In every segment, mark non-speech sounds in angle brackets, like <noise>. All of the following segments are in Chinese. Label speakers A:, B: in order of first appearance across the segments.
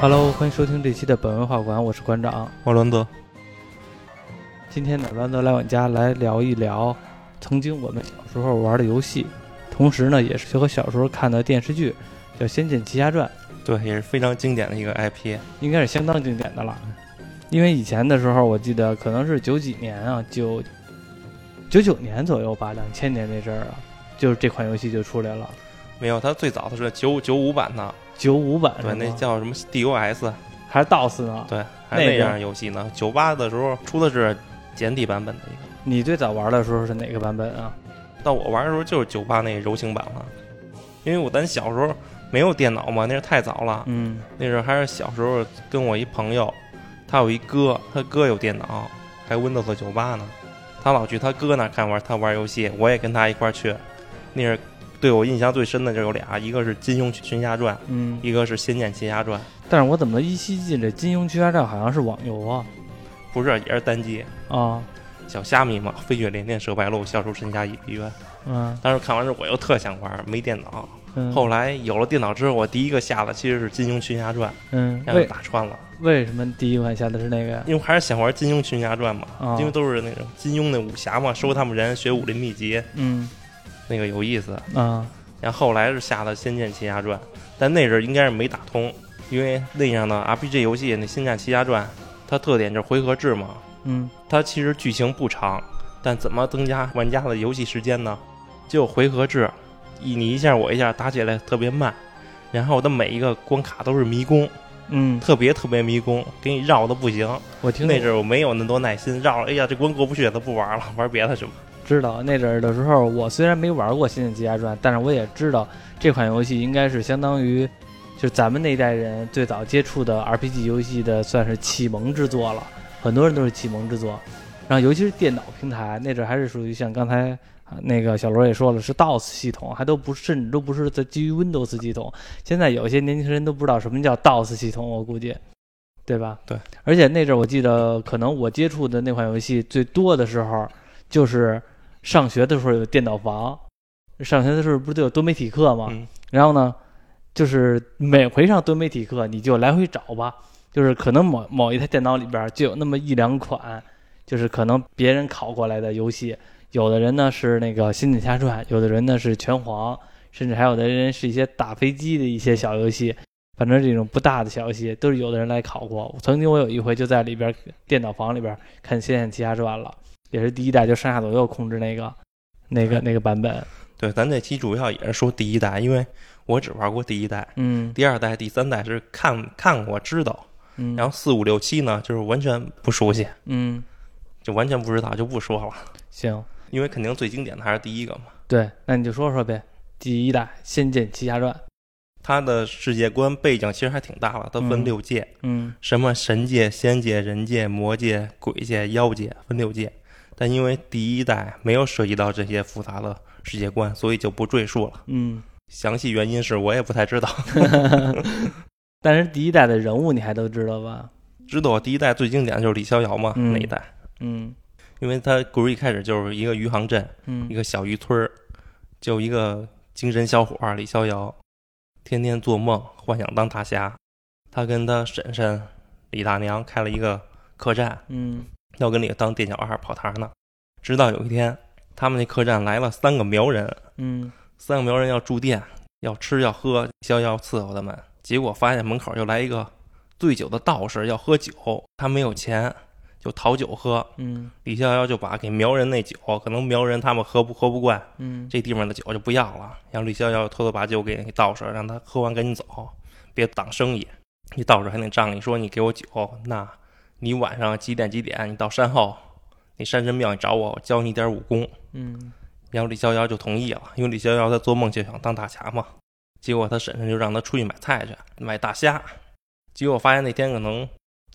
A: Hello，欢迎收听这期的本文化馆，我是馆长。
B: 我伦德，
A: 今天呢，栾德来我家来聊一聊曾经我们小时候玩的游戏，同时呢，也是和小时候看的电视剧，叫《仙剑奇侠传》，
B: 对，也是非常经典的一个 IP。
A: 应该是相当经典的了。因为以前的时候，我记得可能是九几年啊，九九九年左右吧，两千年那阵儿啊，就是这款游戏就出来了，
B: 没有，它最早的是九九五版的，
A: 九五版
B: 对，
A: 是
B: 那
A: 吗
B: 叫什么 DOS，
A: 还是 DOS 呢？
B: 对，还
A: 那
B: 那
A: 个
B: 样游戏呢。九八的时候出的是简体版本的一个，
A: 你最早玩的时候是哪个版本啊？
B: 到我玩的时候就是九八那柔情版了，因为我咱小时候没有电脑嘛，那是太早了，
A: 嗯，
B: 那时候还是小时候跟我一朋友，他有一哥，他哥有电脑，还 Windows 九八呢，他老去他哥那看玩，他玩游戏，我也跟他一块儿去，那是。对我印象最深的就有俩，一个是《金庸群侠传》，
A: 嗯，
B: 一个是《仙剑奇侠传》，
A: 但是我怎么依稀记着《金庸群侠传》好像是网游啊
B: 不是也是单机。
A: 啊，
B: 小虾米嘛，飞雪连天射白鹿，笑书神侠倚碧鸳。
A: 嗯
B: 当时看完之后，我又特想玩，没电脑。
A: 嗯，
B: 后来有了电脑之后，我第一个下的其实是《金庸群侠传》，
A: 嗯，
B: 让人
A: 为
B: 打穿了，
A: 为什么第一款下的是那个呀？
B: 因为还是想玩《金庸群侠传》嘛，
A: 啊，
B: 因为都是那种金庸那武侠嘛，收他们人学武林秘籍，
A: 嗯
B: 那个有意思。
A: 啊，
B: 然后后来是下的《仙剑奇侠传》，但那阵儿应该是没打通，因为那样的 RPG 游戏，那《仙剑奇侠传》它特点就是回合制嘛，
A: 嗯
B: 它其实剧情不长，但怎么增加玩家的游戏时间呢？就有回合制，一你一下我一下打起来特别慢，然后它每一个关卡都是迷宫，
A: 嗯，
B: 特别特别迷宫，给你绕的不行。
A: 我听
B: 那阵儿我没有那么多耐心，绕了，哎呀这关过不去，他不玩了，玩别的去吧。
A: 知道那阵儿的时候，我虽然没玩过《仙剑奇侠传》，但是我也知道这款游戏应该是相当于，就是咱们那一代人最早接触的 RPG 游戏的算是启蒙之作了，很多人都是启蒙之作。然后尤其是电脑平台，那阵儿还是属于像刚才啊那个小罗也说了，是 DOS 系统，还都不是甚至都不是在基于 Windows 系统。现在有些年轻人都不知道什么叫 DOS 系统，我估计。对吧？
B: 对，
A: 而且那阵儿我记得，可能我接触的那款游戏最多的时候，就是上学的时候有电脑房，上学的时候不是都有多媒体课吗？
B: 嗯，
A: 然后呢，就是每回上多媒体课，你就来回找吧，就是可能某某一台电脑里边就有那么一两款，就是可能别人拷过来的游戏，有的人呢是那个《仙剑奇侠传》，有的人呢是《拳皇》，甚至还有的人是一些打飞机的一些小游戏。反正这种不大的小游戏，都是有的人来考过。曾经我有一回就在里边电脑房里边看《仙剑奇侠传》了，也是第一代，就上下左右控制那个、那个、那个版本。
B: 对，咱这期主要也是说第一代，因为我只玩过第一代，
A: 嗯，
B: 第二代、第三代是看看过知道，
A: 嗯
B: 然后四五六七呢就是完全不熟悉，
A: 嗯，
B: 就完全不知道，就不说了，
A: 行，
B: 因为肯定最经典的还是第一个嘛。
A: 对，那你就说说呗。第一代《仙剑奇侠传》，
B: 它的世界观背景其实还挺大了，它分
A: 嗯
B: 六界，
A: 嗯
B: 什么神界、仙界、人界、魔界、鬼界、妖界，分六界。但因为第一代没有涉及到这些复杂的世界观，所以就不赘述了。
A: 嗯，
B: 详细原因是我也不太知道，
A: <laughs>
B: <laughs>
A: 但是第一代的人物你还都知道吧？
B: 知道我第一代最经典的就是李逍遥嘛、
A: 嗯
B: 那一代，
A: 嗯
B: 因为他故事一开始就是一个余杭镇，一
A: 嗯
B: 个小渔村儿，就一个精神小伙儿李逍遥，天天做梦幻想当大侠。他跟他婶婶李大娘开了一个客栈，
A: 嗯
B: 要跟里当店小二跑堂呢。直到有一天，他们那客栈来了三个苗人，
A: 嗯
B: 三个苗人要住店，要吃要喝，逍遥伺候他们。结果发现门口就来一个醉酒的道士，要喝酒，他没有钱，就讨酒喝。
A: 嗯
B: 李逍遥就把给苗人那酒，可能苗人他们喝不喝不惯，
A: 嗯
B: 这地方的酒就不要了。然后李逍遥偷偷把酒给那个道士，让他喝完赶紧走，别挡生意。那道士还那仗义说：“你给我酒，那你晚上几点几点你到山后，你山神庙你找我，我教你点武功。
A: 嗯”
B: 然后李逍遥就同意了，因为李逍遥他做梦就想当大侠嘛。结果他婶婶就让他出去买菜去，买大虾。结果发现那天可能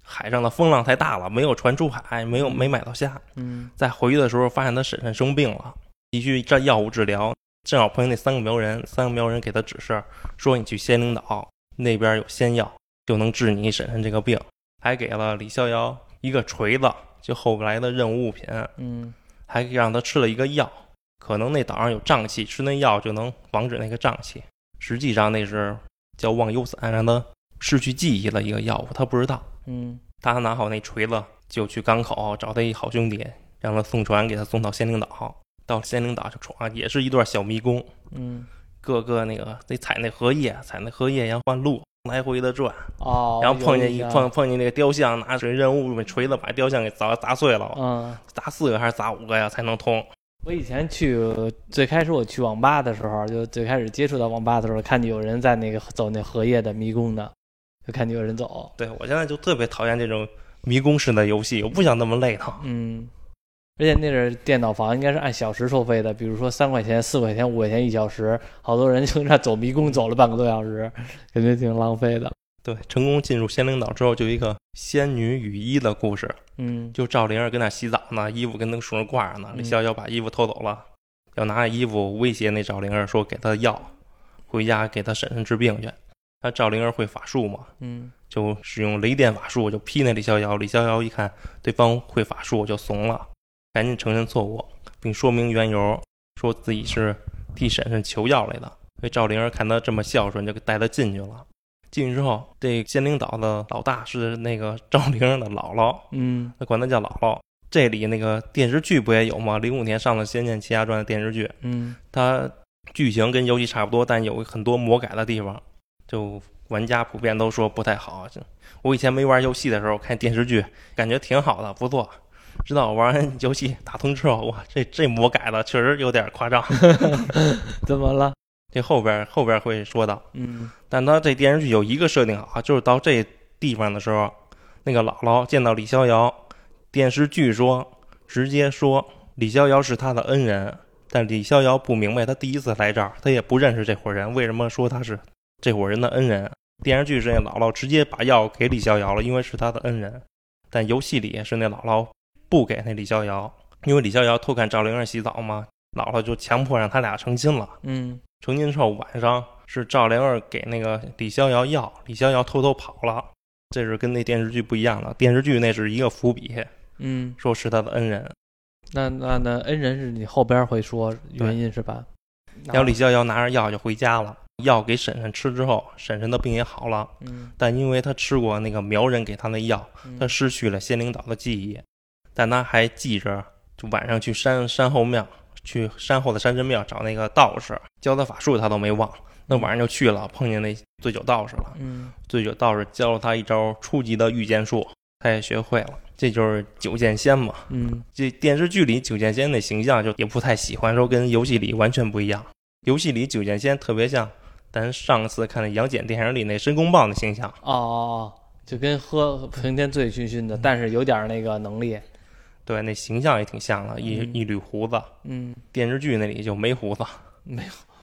B: 海上的风浪太大了，没有船出海，没有没买到虾。
A: 嗯
B: 在回去的时候发现他婶婶生病了，急需这药物治疗。正好碰见那三个苗人，三个苗人给他指示说：“你去仙灵岛那边有仙药，就能治你婶婶这个病。”还给了李逍遥一个锤子，就后来的任务物品，
A: 嗯
B: 还让他吃了一个药，可能那岛上有瘴气，吃那药就能防止那个瘴气。实际上那是叫忘忧散，让他失去记忆了一个药物，他不知道。
A: 嗯
B: 他拿好那锤子就去港口找他一好兄弟，让他送船给他送到仙灵岛。到仙灵岛就闯，也是一段小迷宫，
A: 嗯，
B: 各个那个得踩那荷叶，踩那荷叶然后换路，来回的转，
A: 哦，
B: 然后碰
A: 有
B: 见
A: 印
B: 一
A: 象
B: 碰，碰见那个雕像，拿着任务锤子把雕像给砸砸碎了，
A: 嗯，
B: 砸四个还是砸五个呀才能通？
A: 我以前去最开始我去网吧的时候，就最开始接触到网吧的时候，看见有人在那个走那荷叶的迷宫呢，就看见有人走，
B: 对我现在就特别讨厌这种迷宫式的游戏，我不想那么累的。
A: 嗯，而且那是电脑房，应该是按小时收费的，比如说三块钱、四块钱、五块钱一小时，好多人就那走迷宫走了半个多小时，感觉挺浪费的。
B: 对，成功进入仙灵岛之后，就有一个仙女雨衣的故事。
A: 嗯，
B: 就赵灵儿跟那洗澡呢，衣服跟那个树上挂着呢。
A: 嗯
B: 李逍遥把衣服偷走了，要拿着衣服威胁那赵灵儿说给她药，回家给她婶婶治病去。他赵灵儿会法术嘛，
A: 嗯
B: 就使用雷电法术就劈那李逍遥。李逍遥一看对方会法术就怂了，赶紧承认错误，并说明缘由，说自己是替婶婶求药来的。所以赵灵儿看他这么孝顺，就给带他进去了。进去之后，这仙灵岛的老大是那个赵 <laughs> 灵儿的姥姥，
A: 嗯
B: 他管他叫姥姥。这里那个电视剧不也有吗？零五年上的《仙剑奇侠传》的电视剧，
A: 嗯
B: 它剧情跟游戏差不多，但有很多魔改的地方，就玩家普遍都说不太好。就我以前没玩游戏的时候看电视剧，感觉挺好的，不错。直到我玩完游戏打通之后，哇，这这魔改的确实有点夸张。
A: 怎么了？
B: 这后边后边会说到。
A: 嗯
B: 但他这电视剧有一个设定好，就是到这地方的时候，那个姥姥见到李逍遥，电视剧说直接说李逍遥是他的恩人，但李逍遥不明白，他第一次来这儿，他也不认识这伙人，为什么说他是这伙人的恩人？电视剧是那姥姥直接把药给李逍遥了，因为是他的恩人，但游戏里是那姥姥不给那李逍遥，因为李逍遥偷看赵灵儿洗澡嘛，姥姥就强迫让他俩成亲了。
A: 嗯
B: 成亲之后晚上是赵灵儿给那个李逍遥药，李逍遥偷偷跑了。这是跟那电视剧不一样的，电视剧那是一个伏笔，
A: 嗯，
B: 说是他的恩人。
A: 那那那恩人是你后边会说原因是吧？
B: 然后李逍遥拿着药就回家了，药给婶婶吃之后，婶婶的病也好了，
A: 嗯，
B: 但因为他吃过那个苗人给他那药，
A: 嗯
B: 他失去了仙灵岛的记忆，但他还记着，就晚上去山山后庙，去山后的山神庙找那个道士教他法术，他都没忘。那晚上就去了，碰见那醉酒道士了。
A: 嗯
B: 醉酒道士教了他一招初级的御剑术，他也学会了。这就是九剑仙嘛。
A: 嗯
B: 这电视剧里九剑仙的形象就也不太喜欢，说跟游戏里完全不一样。游戏里九剑仙特别像咱上次看的杨戬电影里那申公豹那形象，
A: 哦哦哦，就跟喝成天醉醺醺的，但是有点那个能力。
B: 对，那形象也挺像的，一、
A: 嗯
B: 一缕胡子。
A: 嗯，
B: 电视剧那里就没胡子。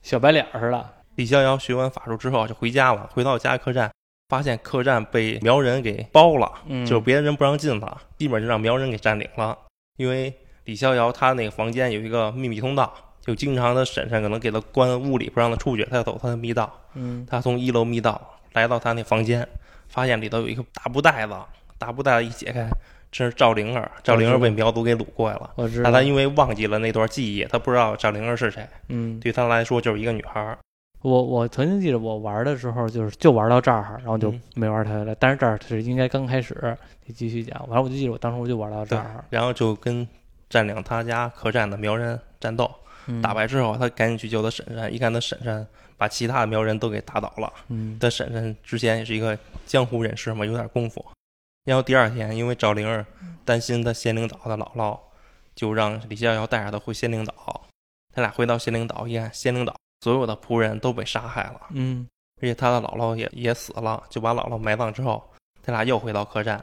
A: 小白脸儿似的。
B: 李逍遥学完法术之后就回家了，回到家客栈，发现客栈被苗人给包了。
A: 嗯，
B: 就是别人不让进了，基本就让苗人给占领了。因为李逍遥他那个房间有一个秘密通道，就经常他婶婶可能给他关屋里不让他出去，他就走他的密道。
A: 嗯
B: 他从一楼密道来到他那房间，发现里头有一个大布袋子，大布袋子一解开，这是赵灵儿，赵灵儿被苗族给掳过来了。
A: 我知道
B: 但。他因为忘记了那段记忆，他不知道赵灵儿是谁，
A: 嗯，
B: 对他来说就是一个女孩儿。
A: 我我曾经记得我玩的时候，就是就玩到这儿，然后就
B: 嗯
A: 没玩太来。但是这儿是应该刚开始，你继续讲。反正我就记得我当时我就玩到这
B: 对
A: 儿，，
B: 然后就跟占领他家客栈的苗人战斗。
A: 嗯
B: 打。败之后，他赶紧去救他婶婶。一看他婶婶把其他的苗人都给打倒了，
A: 嗯
B: 他婶婶之前也是一个江湖人士嘛，有点功夫。然后第二天，因为赵灵儿担心他仙灵岛的姥姥，就让李逍遥带着他回仙灵岛。他俩回到仙灵岛，一看仙灵岛所有的仆人都被杀害了，
A: 嗯
B: 而且他的姥姥也也死了，就把姥姥埋葬之后，他俩又回到客栈。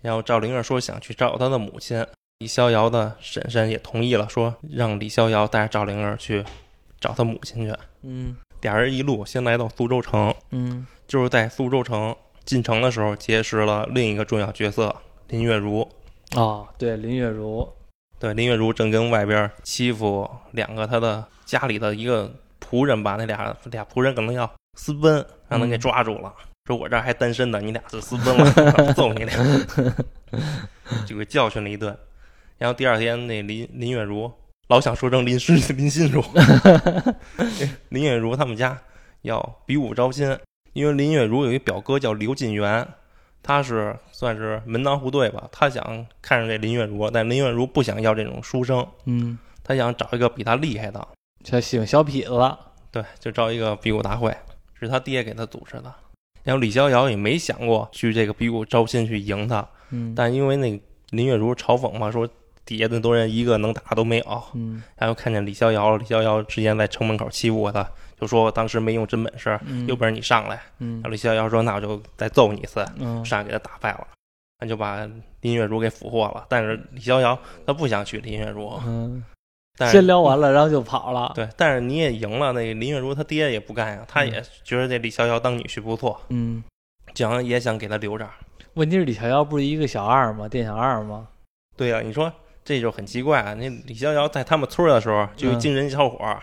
B: 然后赵灵儿说想去找他的母亲，李逍遥的婶婶也同意了，说让李逍遥带着赵灵儿去找他母亲去。
A: 嗯
B: 俩人一路先来到苏州城，
A: 嗯
B: 就是在苏州城进城的时候结识了另一个重要角色林月如。
A: 哦，对，林月如。
B: 对，林月如正跟外边欺负两个他的家里的一个仆人吧，那俩俩仆人可能要私奔，让他给抓住了，说我这儿还单身呢，你俩是私奔了， <laughs> 揍你俩，就给教训了一顿。然后第二天，那林林月如老想说成林诗 <laughs> 林心如，林月如他们家要比武招亲，因为林月如有一表哥叫刘进元，他是算是门当户对吧，他想看上这林月如，但林月如不想要这种书生，
A: 嗯，
B: 他想找一个比他厉害的，
A: 他喜欢小痞子了，
B: 对，就招一个比武大会，是他爹给他组织的。然后李逍遥也没想过去这个比武招亲去赢他，
A: 嗯，
B: 但因为那林月如嘲讽嘛，说底下那么多人一个能打都没有，
A: 嗯
B: 然后看见李逍遥，李逍遥之前在城门口欺负过他，就说我当时没用真本事，
A: 嗯，
B: 有本事你上来。
A: 嗯
B: 然后李逍遥说那我就再揍你一次，
A: 嗯
B: 上来给他打败了，那就把林月如给俘获了。但是李逍遥他不想娶林月如，
A: 嗯，
B: 但是
A: 先撩完了，然后就跑了，
B: 对，但是你也赢了，那林月如他爹也不干呀，他也觉得这李逍遥当女婿不错，
A: 嗯，
B: 想也想给他留着。
A: 问题是李逍遥不是一个小二吗？店小二吗？
B: 对呀、你说这就很奇怪啊！那李逍遥在他们村儿的时候
A: 嗯
B: 就有精神小伙儿，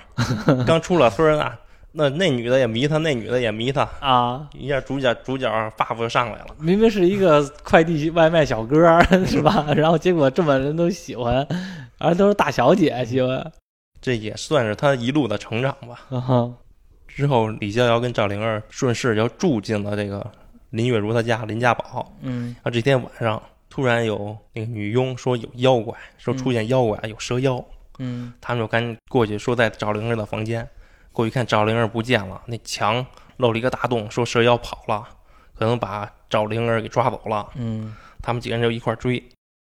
B: 刚出了村儿呢，那那女的也迷他，那女的也迷他，
A: 啊，
B: 一下主角主角 buff 就上来了。
A: 明明是一个快递外卖小哥儿 <laughs> 是吧？然后结果这么人都喜欢，而都是大小姐喜欢，
B: 这也算是他一路的成长吧。
A: 啊哈，
B: 之后，李逍遥跟赵灵儿顺势就住进了这个林月如他家林家堡。
A: 嗯
B: 啊，这天晚上突然有那个女佣说有妖怪，说出现妖怪有蛇妖，
A: 嗯
B: 他们就赶紧过去说在赵灵儿的房间。过去看赵灵儿不见了，那墙漏了一个大洞，说蛇妖跑了，可能把赵灵儿给抓走了。
A: 嗯
B: 他们几个人就一块儿追，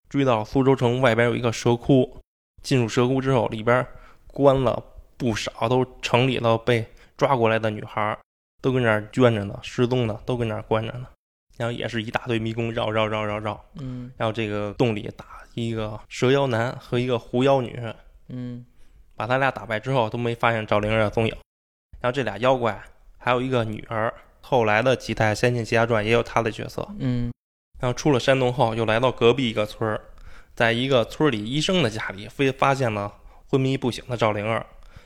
B: 追到苏州城外边有一个蛇窟，进入蛇窟之后，里边关了不少都城里头被抓过来的女孩儿，都跟那儿圈着呢，失踪的都跟那儿关着呢。然后也是一大堆迷宫绕绕绕绕绕，
A: 嗯
B: 然后这个洞里打一个蛇妖男和一个狐妖女，
A: 嗯
B: 把他俩打败之后都没发现赵灵儿的踪影。然后这俩妖怪还有一个女儿，后来的几代《仙剑奇侠传》也有她的角色。
A: 嗯
B: 然后出了山洞后，又来到隔壁一个村儿，在一个村里医生的家里，非发现了昏迷不醒的赵灵儿，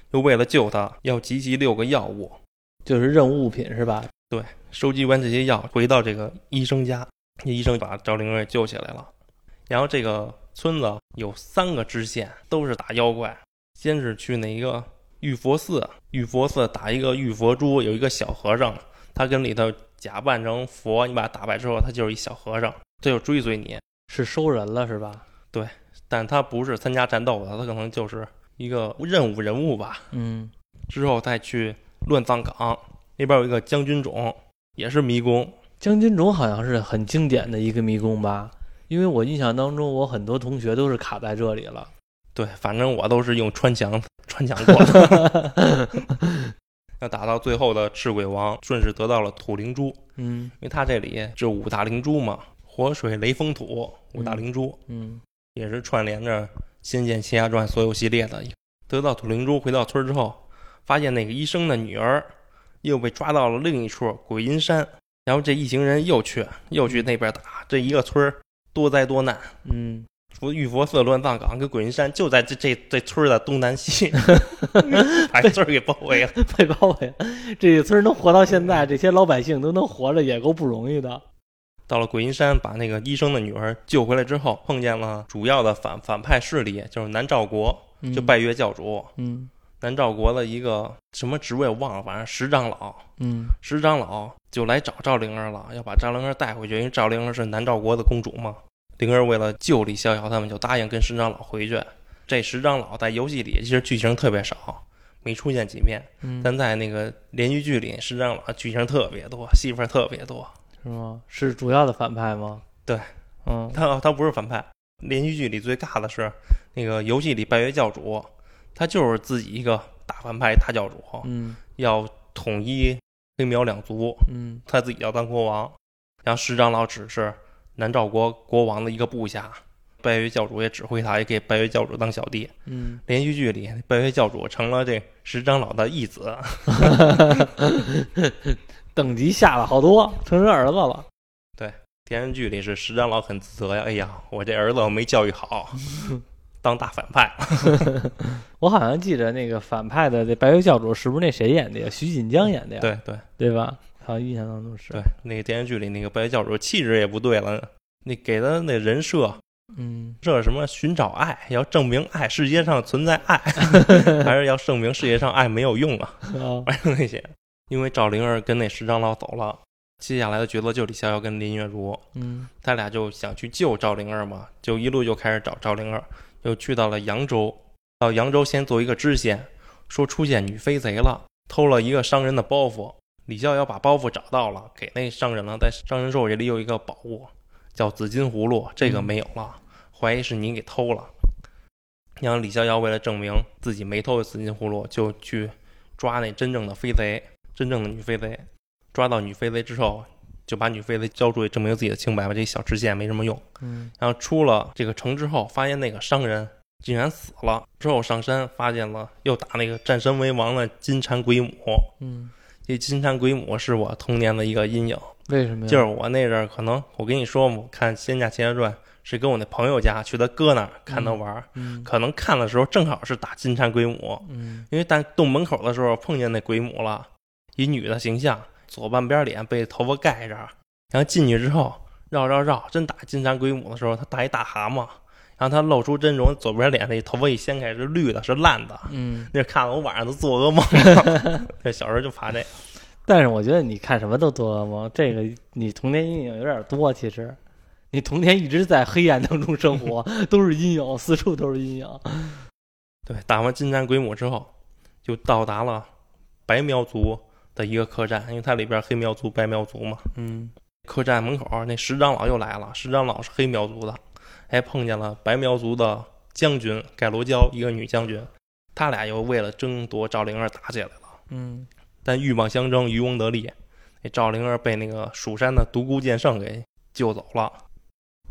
B: 又为了救她，要集齐六个药物，
A: 就是任务物品是吧？
B: 收集完这些药，回到这个医生家，那医生把赵灵儿给救起来了。然后这个村子有三个支线，都是打妖怪，先是去那一个玉佛寺，玉佛寺打一个玉佛珠，有一个小和尚，他跟里头假扮成佛，你把他打败之后，他就是一小和尚，他就追随你。
A: 是收人了是吧？
B: 但他不是参加战斗的，他可能就是一个任务人物吧。
A: 嗯
B: 之后再去乱葬岗那边有一个将军冢，也是迷宫。
A: 将军冢好像是很经典的一个迷宫吧，因为我印象当中，我很多同学都是卡在这里 <laughs> 了。
B: 对，反正我都是用穿墙穿墙过
A: <laughs>
B: 的。那打到最后的赤鬼王，顺势得到了土灵珠，
A: 嗯
B: 因为他这里这五大灵珠嘛，火、水、雷、风、土五大灵珠。
A: 嗯
B: 也是串联着《仙剑奇侠传》所有系列的。得到土灵珠回到村儿之后，发现那个医生的女儿又被抓到了另一处鬼阴山，然后这一行人又去又去那边打，这一个村儿多灾多难。
A: 嗯，
B: 除玉佛寺、乱葬岗跟鬼阴山就在这这这村儿的东南西，把村儿给包围了。
A: 被包围，这村儿能活到现在，这些老百姓都能活着，也够不容易的。
B: 到了鬼阴山，把那个医生的女儿救回来之后，碰见了主要的反反派势力，就是南诏国，就拜月教主。
A: 嗯
B: 南诏国的一个什么职位我忘了，反正石长老，
A: 嗯
B: 石长老就来找赵灵儿了，要把赵灵儿带回去，因为赵灵儿是南诏国的公主嘛。灵儿为了救李逍遥他们，就答应跟石长老回去。这石长老在游戏里其实剧情特别少，没出现几面，
A: 嗯，
B: 但在那个连续剧里，石长老剧情特别多，戏份特别多。
A: 是吗？是主要的反派吗？
B: 对，
A: 嗯
B: 他他不是反派，连续剧里最尬的是那个游戏里拜月教主，他就是自己一个大反派大教主，
A: 嗯
B: 要统一黑苗两族，
A: 嗯
B: 他自己要当国王。然后石长老只是南诏国国王的一个部下，拜月教主也指挥他，也给拜月教主当小弟。
A: 嗯， <laughs>
B: 连续剧里，拜月教主成了这石长老的义子。 <laughs>
A: 等级下了好多，成人儿子了。
B: 电视剧里是石长老很自责呀，哎呀，我这儿子我没教育好， <laughs> 当大反派。
A: 我好像记着那个反派的这白月教主是不是那谁演的呀？徐锦江演的呀？
B: 对对
A: 对吧？好像印象当中是。
B: 对，那个电视剧里那个拜月教主气质也不对了，那给他那人设
A: 嗯
B: 这什么寻找爱，要证明爱，世界上存在爱，还是要证明世界上爱没有用啊？ <laughs>
A: 啊 <laughs>
B: 反正那些。因为赵灵儿跟那石长老走了，接下来的角色就李逍遥跟林月如，
A: 嗯
B: 他俩就想去救赵灵儿嘛，就一路就开始找赵灵儿，又去到了扬州，到扬州先做一个知县，说出现女飞贼了，偷了一个商人的包袱。李逍遥把包袱找到了，给那商人了，但商人说我这里有一个宝物，叫紫金葫芦，这个没有了，怀疑是你给偷了。然后李逍遥为了证明自己没偷紫金葫芦，就去抓那真正的飞贼，真正的女飞贼。抓到女飞贼之后，就把女飞贼交出去，证明自己的清白吧。这小知县没什么用。
A: 嗯
B: 然后出了这个城之后，发现那个商人竟然死了。之后上山发现了，又打那个战神为王的金蝉鬼母。
A: 嗯，
B: 这金蝉鬼母是我童年的一个阴影，
A: 为什么呀？
B: 就是我那阵儿可能我跟你说嘛，我看《仙剑奇侠传》是跟我那朋友家去他哥那儿看他玩儿，
A: 嗯
B: 可能看的时候正好是打金蝉鬼母，
A: 嗯
B: 因为在洞门口的时候碰见那鬼母了，一女的形象，左半边脸被头发盖着，然后进去之后绕绕绕，真打金蝉鬼母的时候，她打一大蛤蟆，然后她露出真容，左边脸那头发一掀开是绿的，是烂的，
A: 嗯，
B: 那看得我晚上都做噩梦了。这小时候就怕这个，
A: 但是我觉得你看什么都做噩梦，这个你童年阴影有点多，其实。你童年一直在黑暗当中生活，都是阴影，四处都是阴影。
B: 对，打完金蝉鬼母之后，就到达了白苗族的一个客栈，因为它里边黑苗族、白苗族嘛。
A: 嗯
B: 客栈门口儿那石长老又来了，石长老是黑苗族的，还碰见了白苗族的将军盖罗娇，一个女将军，他俩又为了争夺赵灵儿打起来了，
A: 嗯
B: 但鹬蚌相争，渔翁得利，那赵灵儿被那个蜀山的独孤剑圣给救走了。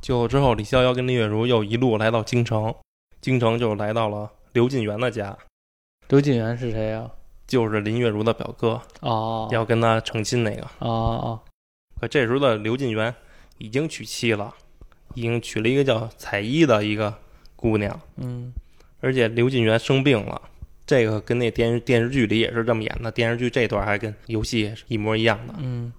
B: 救走之后，李逍遥跟林月如又一路来到京城，京城就来到了刘进元的家，
A: 刘晋元是谁呀、
B: 就是林月如的表哥，
A: 哦
B: 要跟他成亲那个。
A: 哦哦，
B: 可这时候的刘进元已经娶妻了，已经娶了一个叫彩衣的一个姑娘，
A: 嗯
B: 而且刘进元生病了，这个跟那电视电视剧里也是这么演的，电视剧这段还跟游戏也是一模一样的，
A: 嗯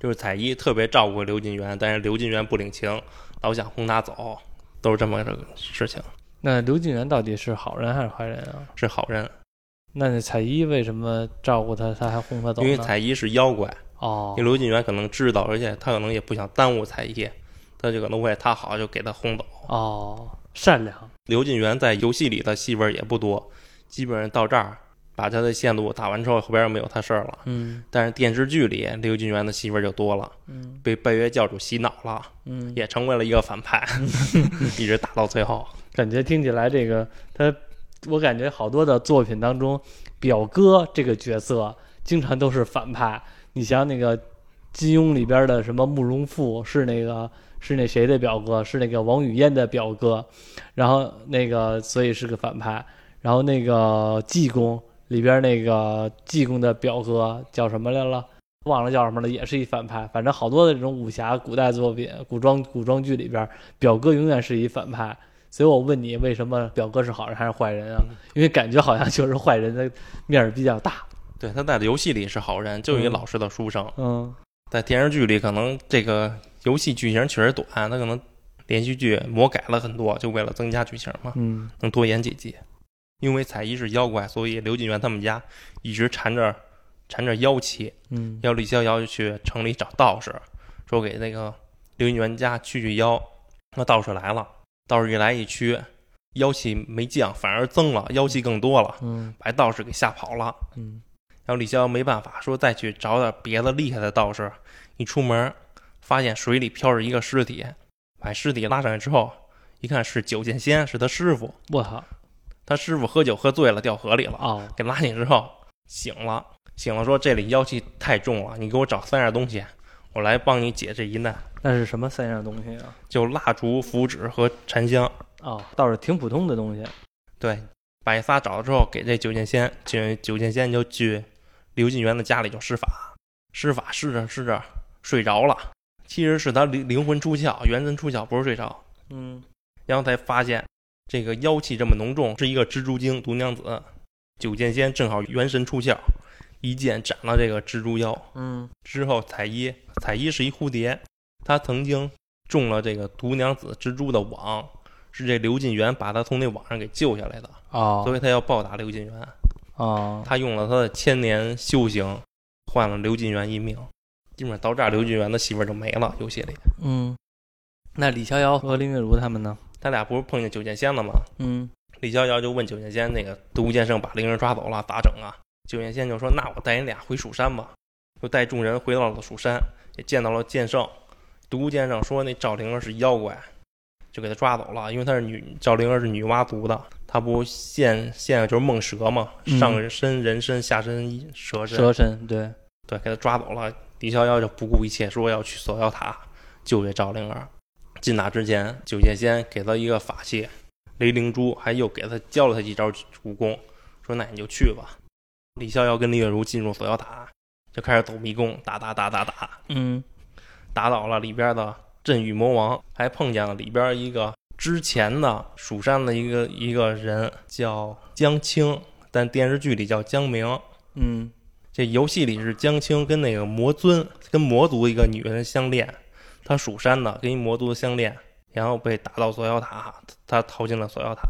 B: 就是彩衣特别照顾刘进元，但是刘进元不领情，老想轰他走，都是这么个事情，
A: 那刘晋元到底是好人还是坏人啊？
B: 是好人，
A: 那那彩衣为什么照顾他，他还轰他走
B: 因
A: 呢？
B: 为彩衣是妖怪，
A: 哦
B: 因为，刘进元可能知道，而且他可能也不想耽误彩衣，他就可能为了他好就给他轰走。
A: 哦，善良，
B: 刘进元在游戏里的戏份儿也不多，基本上到这儿把他的线路打完之后，后边儿就没有他事儿了。
A: 嗯
B: 但是电视剧里刘进元的戏份儿就多了，
A: 嗯
B: 被拜月教主洗脑了，
A: 嗯，
B: 也成为了一个反派， <laughs> 一直打到最后。
A: 感觉听起来这个他，我感觉好多的作品当中，表哥这个角色经常都是反派。你像那个金庸里边的什么慕容复是那个是那谁的表哥，是那个王语嫣的表哥，然后那个所以是个反派。然后那个济公里边那个济公的表哥叫什么来了？忘了叫什么了，也是一反派。反正好多的这种武侠古代作品、古装古装剧里边，表哥永远是一反派。所以我问你，为什么表哥是好人还是坏人啊？因为感觉好像就是坏人的面儿比较大。
B: 对，他在游戏里是好人，就是一
A: 嗯
B: 老实的书生。
A: 嗯
B: 在电视剧里，可能这个游戏剧情确实短，他可能连续剧魔改了很多，就为了增加剧情嘛，
A: 嗯
B: 能多演几集。因为彩衣是妖怪，所以刘进元他们家一直缠着缠着妖气。
A: 嗯
B: 要李逍遥就去城里找道士，说给那个刘云元家驱驱妖。那道士来了，道士一来一驱，妖气没降，反而增了，妖气更多了，
A: 嗯
B: 把道士给吓跑了。
A: 嗯
B: 然后李逍遥没办法，说再去找点别的厉害的道士。一出门，发现水里漂着一个尸体，把尸体拉上来之后，一看是九剑仙，是他师傅。
A: 我操！
B: 他师傅喝酒喝醉了，掉河里了。
A: 哦，
B: 给拉进去之后醒了，醒了说这里妖气太重了，你给我找三样东西，我来帮你解这一难。
A: 那是什么三样东西啊？
B: 就蜡烛、符纸和沉香，
A: 哦，倒是挺普通的东西。
B: 对，把这仨找到之后，给这九剑仙，九九剑仙就去刘进元的家里就施法，施法施着施着睡着了，其实是他灵灵魂出窍，元神出窍，不是睡着，
A: 嗯
B: 然后才发现这个妖气这么浓重，是一个蜘蛛精毒娘子，九剑仙正好元神出窍，一剑斩了这个蜘蛛妖。
A: 嗯
B: 之后，彩衣，彩衣是一蝴蝶，她曾经中了这个毒娘子蜘蛛的网，是这刘进元把她从那网上给救下来的，
A: 哦
B: 所以她要报答刘进元。
A: 哦
B: 她用了她的千年修行换了刘进元一命，基本上到这儿刘进元的媳妇儿就没了。游戏里，
A: 嗯，那李逍遥和林月如他们呢？
B: 他俩不是碰见九剑仙了吗？
A: 嗯
B: 李逍遥就问九剑仙那个独孤剑圣把灵人抓走了咋整啊？九剑仙就说：“那我带你俩回蜀山吧。”就带众人回到了蜀山，也见到了剑圣。独孤剑圣说：“那赵灵儿是妖怪，就给他抓走了，因为她是女赵灵儿是女娲族的，她不现现在就是梦蛇嘛，
A: 嗯
B: 上身人身，下身蛇身，
A: 蛇神对，
B: 对，给他抓走了。李逍遥就不顾一切说要去锁妖塔救这赵灵儿。进塔之前，九剑仙给他一个法器雷灵珠，还又给他教了他一招武功，说那你就去吧。李逍遥跟李月如进入锁妖塔，就开始走迷宫，打打打打打，
A: 嗯
B: 打倒了里边的镇狱魔王，还碰见了里边一个之前的蜀山的一个一个人叫江青，但电视剧里叫江明。
A: 嗯
B: 这游戏里是江青跟那个魔尊，跟魔族一个女人相恋，她蜀山的，跟一魔族相恋，然后被打到锁妖塔，她逃进了锁妖塔。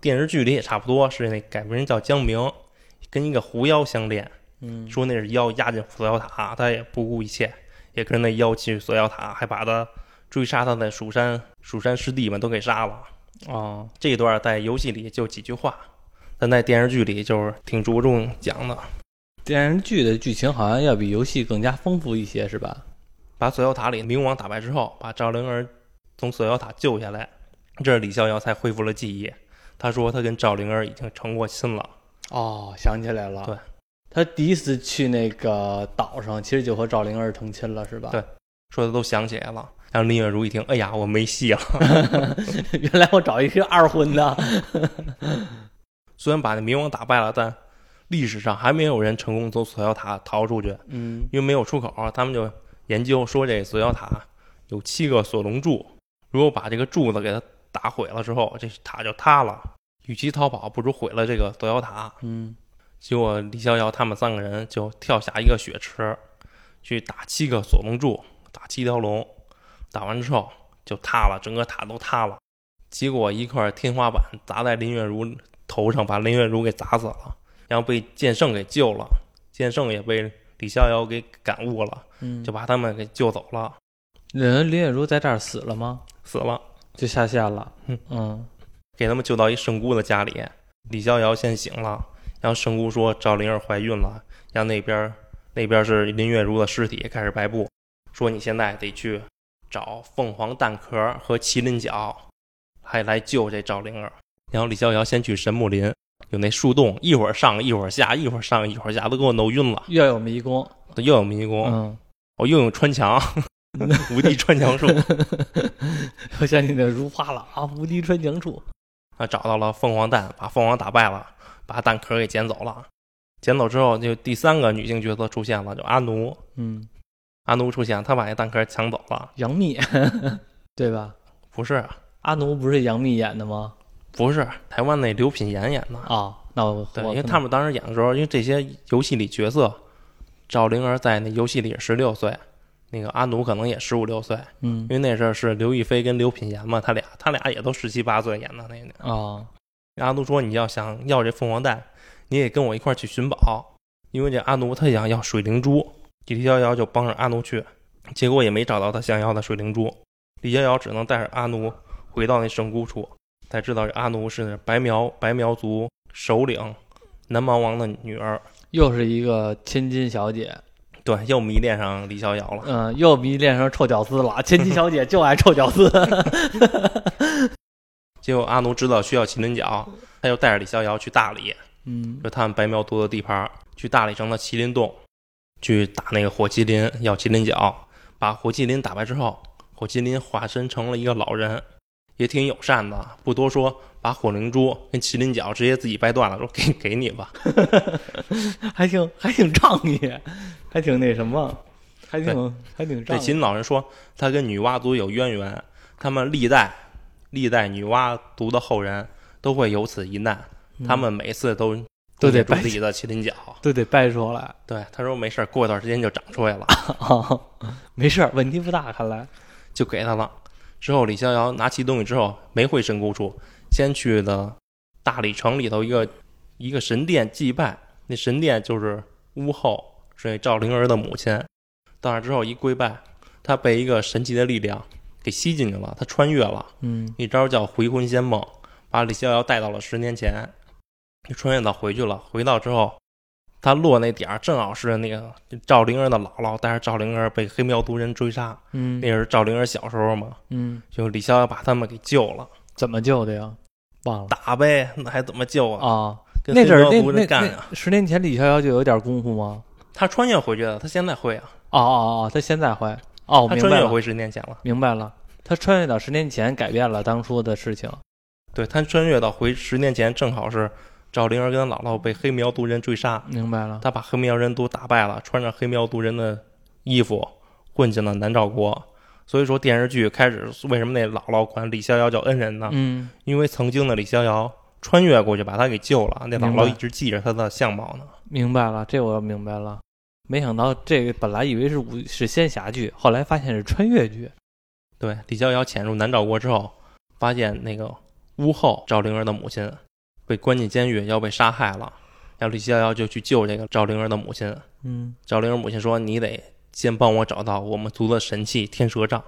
B: 电视剧里也差不多，是那改名叫江明，跟一个狐妖相恋，
A: 嗯，
B: 说那是妖压进锁妖塔，他也不顾一切，也跟那妖去锁妖塔，还把他追杀他的蜀山蜀山师弟们都给杀了。
A: 哦，
B: 这一段在游戏里就几句话，但在电视剧里就是挺着重讲的。
A: 电视剧的剧情好像要比游戏更加丰富一些，是吧？
B: 把锁妖塔里冥王打败之后，把赵灵儿从锁妖塔救下来，这李逍遥才恢复了记忆。他说他跟赵灵儿已经成过亲了，
A: 哦，想起来了，
B: 对，
A: 他第一次去那个岛上，其实就和赵灵儿成亲了，是吧？
B: 对说的都想起来了。然后林月如一听，哎呀，我没戏了。
A: <laughs> 原来我找一个二婚的，
B: 虽然把那冥王打败了，但历史上还没有人成功从锁妖塔逃出去，
A: <laughs> 嗯
B: 因为没有出口。啊他们就研究说这锁妖塔有七个锁龙柱，如果把这个柱子给它打毁了之后，这塔就塌了。与其逃跑，不如毁了这个锁妖塔。
A: 嗯
B: 结果李逍遥他们三个人就跳下一个雪池，去打七个锁龙柱，打七条龙，打完之后就塌了，整个塔都塌了。结果一块天花板砸在林月如头上，把林月如给砸死了，然后被剑圣给救了，剑圣也被李逍遥给感悟了，
A: 嗯，
B: 就把他们给救走了，
A: 人林月如在这儿死了吗？
B: 死了，
A: 就下线了，
B: 嗯
A: 嗯
B: 给他们救到一圣姑的家里。李逍遥先醒了，然后圣姑说赵灵儿怀孕了，然后那边儿那边儿是林月如的尸体开始白布，说你现在得去找凤凰蛋壳和麒麟角，还来救这赵灵儿。然后李逍遥先去神木林，有那树洞，一会儿上一会儿下，一会儿上一会儿下，都给我弄晕了。
A: 又有迷宫，
B: 又有迷宫，
A: 嗯， <laughs>
B: 我又有穿墙，无敌穿墙术
A: 我想起那如花了啊，无敌穿墙处，
B: 啊，找到了凤凰蛋，把凤凰打败了，把蛋壳给捡走了。捡走之后，就第三个女性角色出现了，就阿奴。
A: 嗯，
B: 阿奴出现，她把那蛋壳抢走了。
A: 杨幂 <laughs> 对吧？
B: 不是，啊
A: 阿奴不是杨幂演的吗？
B: 不是，台湾那刘品言演的。
A: 啊，那我
B: 对，
A: 我
B: 因为
A: 可
B: 他们当时演的时候，因为这些游戏里角色，赵灵儿在那游戏里也十六岁，那个阿奴可能也十五六岁，
A: 能
B: 因为那时候是刘亦菲跟刘品言嘛，他俩他俩也都十七八岁演的那个。
A: 嗯啊，
B: 阿奴说：“你要想要这凤凰蛋，你也跟我一块儿去寻宝，因为这阿奴他想要水灵珠。”李逍遥就帮着阿奴去，结果也没找到他想要的水灵珠。李逍遥只能带着阿奴回到那圣姑处，才知道这阿奴是白苗白苗族首领南蛮王的女儿。
A: 又是一个千金小姐，
B: 对，又迷恋上李逍遥了。
A: 嗯，又迷恋上臭屌丝了。千金小姐就爱臭屌
B: <laughs>
A: 丝，
B: 结果阿奴知道需要麒麟角，他又带着李逍遥去大理，
A: 嗯
B: 就他们白苗族的地盘儿，去大理城的麒麟洞，去打那个火麒麟，要麒麟角，把火麒麟打败之后，火麒麟化身成了一个老人，也挺友善的，不多说，把火灵珠跟麒麟角直接自己掰断了，说给给
A: <laughs>
B: 你吧。
A: 还挺还挺仗义，还挺那什么，还挺还挺
B: 这
A: 仗
B: 麒
A: 义。
B: 麟老人说他跟女娲族有渊源，他们历代历代女娲族的后人都会有此一难，
A: 嗯
B: 他们每次都
A: 都得
B: 住
A: 掰
B: 自己的麒麟角。
A: 都得掰出来 <laughs>
B: 对，他说没事儿，过一段时间就长出来了。
A: 啊，没事儿，问题不大，看来。
B: 就给他了。之后李逍遥拿齐东西之后，没回神姑处，先去了大理城里头一个一个神殿祭拜。那神殿就是屋后是赵灵儿的母亲。到那之后一跪拜，他被一个神奇的力量给吸进去了，他穿越了，
A: 嗯
B: 一招叫回魂仙梦，把李逍遥带到了十年前，就穿越到回去了。回到之后，他落那点儿正好是那个赵灵儿的姥姥带着赵灵儿被黑苗族人追杀，
A: 嗯
B: 那是赵灵儿小时候嘛，
A: 嗯，
B: 就李逍遥把他们给救了，
A: 怎么救的呀？忘了
B: 打呗，那还怎么救啊？
A: 啊。
B: 跟
A: 那
B: 黑
A: 阵儿
B: 苗
A: 那
B: 族
A: 那
B: 人干啊！
A: 那十年前李逍遥就有点功夫吗？
B: 他穿越回去的，他现在会啊，
A: 哦哦哦，他现在会哦，我
B: 他
A: 明
B: 穿
A: 白
B: 越
A: 了，
B: 回十年前了。
A: 明白了。他穿越到十年前，改变了当初的事情。
B: 对他穿越到回十年前，正好是赵灵儿跟姥姥被黑苗族人追杀，
A: 明白了，
B: 他把黑苗人都打败了，穿着黑苗族人的衣服混进了南诏国。所以说电视剧开始为什么那姥姥管李逍遥叫恩人呢？
A: 嗯，
B: 因为曾经的李逍遥穿越过去把他给救了，那姥
A: 明白
B: 姥一直记着他的相貌呢。
A: 明白了，这我明白了。没想到这个本来以为是武是仙侠剧，后来发现是穿越剧。
B: 对，李逍遥潜入南诏国之后，发现那个屋后赵灵儿的母亲被关进监狱，要被杀害了。然后李逍遥就去救这个赵灵儿的母亲。
A: 嗯
B: 赵灵儿母亲说：“你得先帮我找到我们族的神器天蛇杖，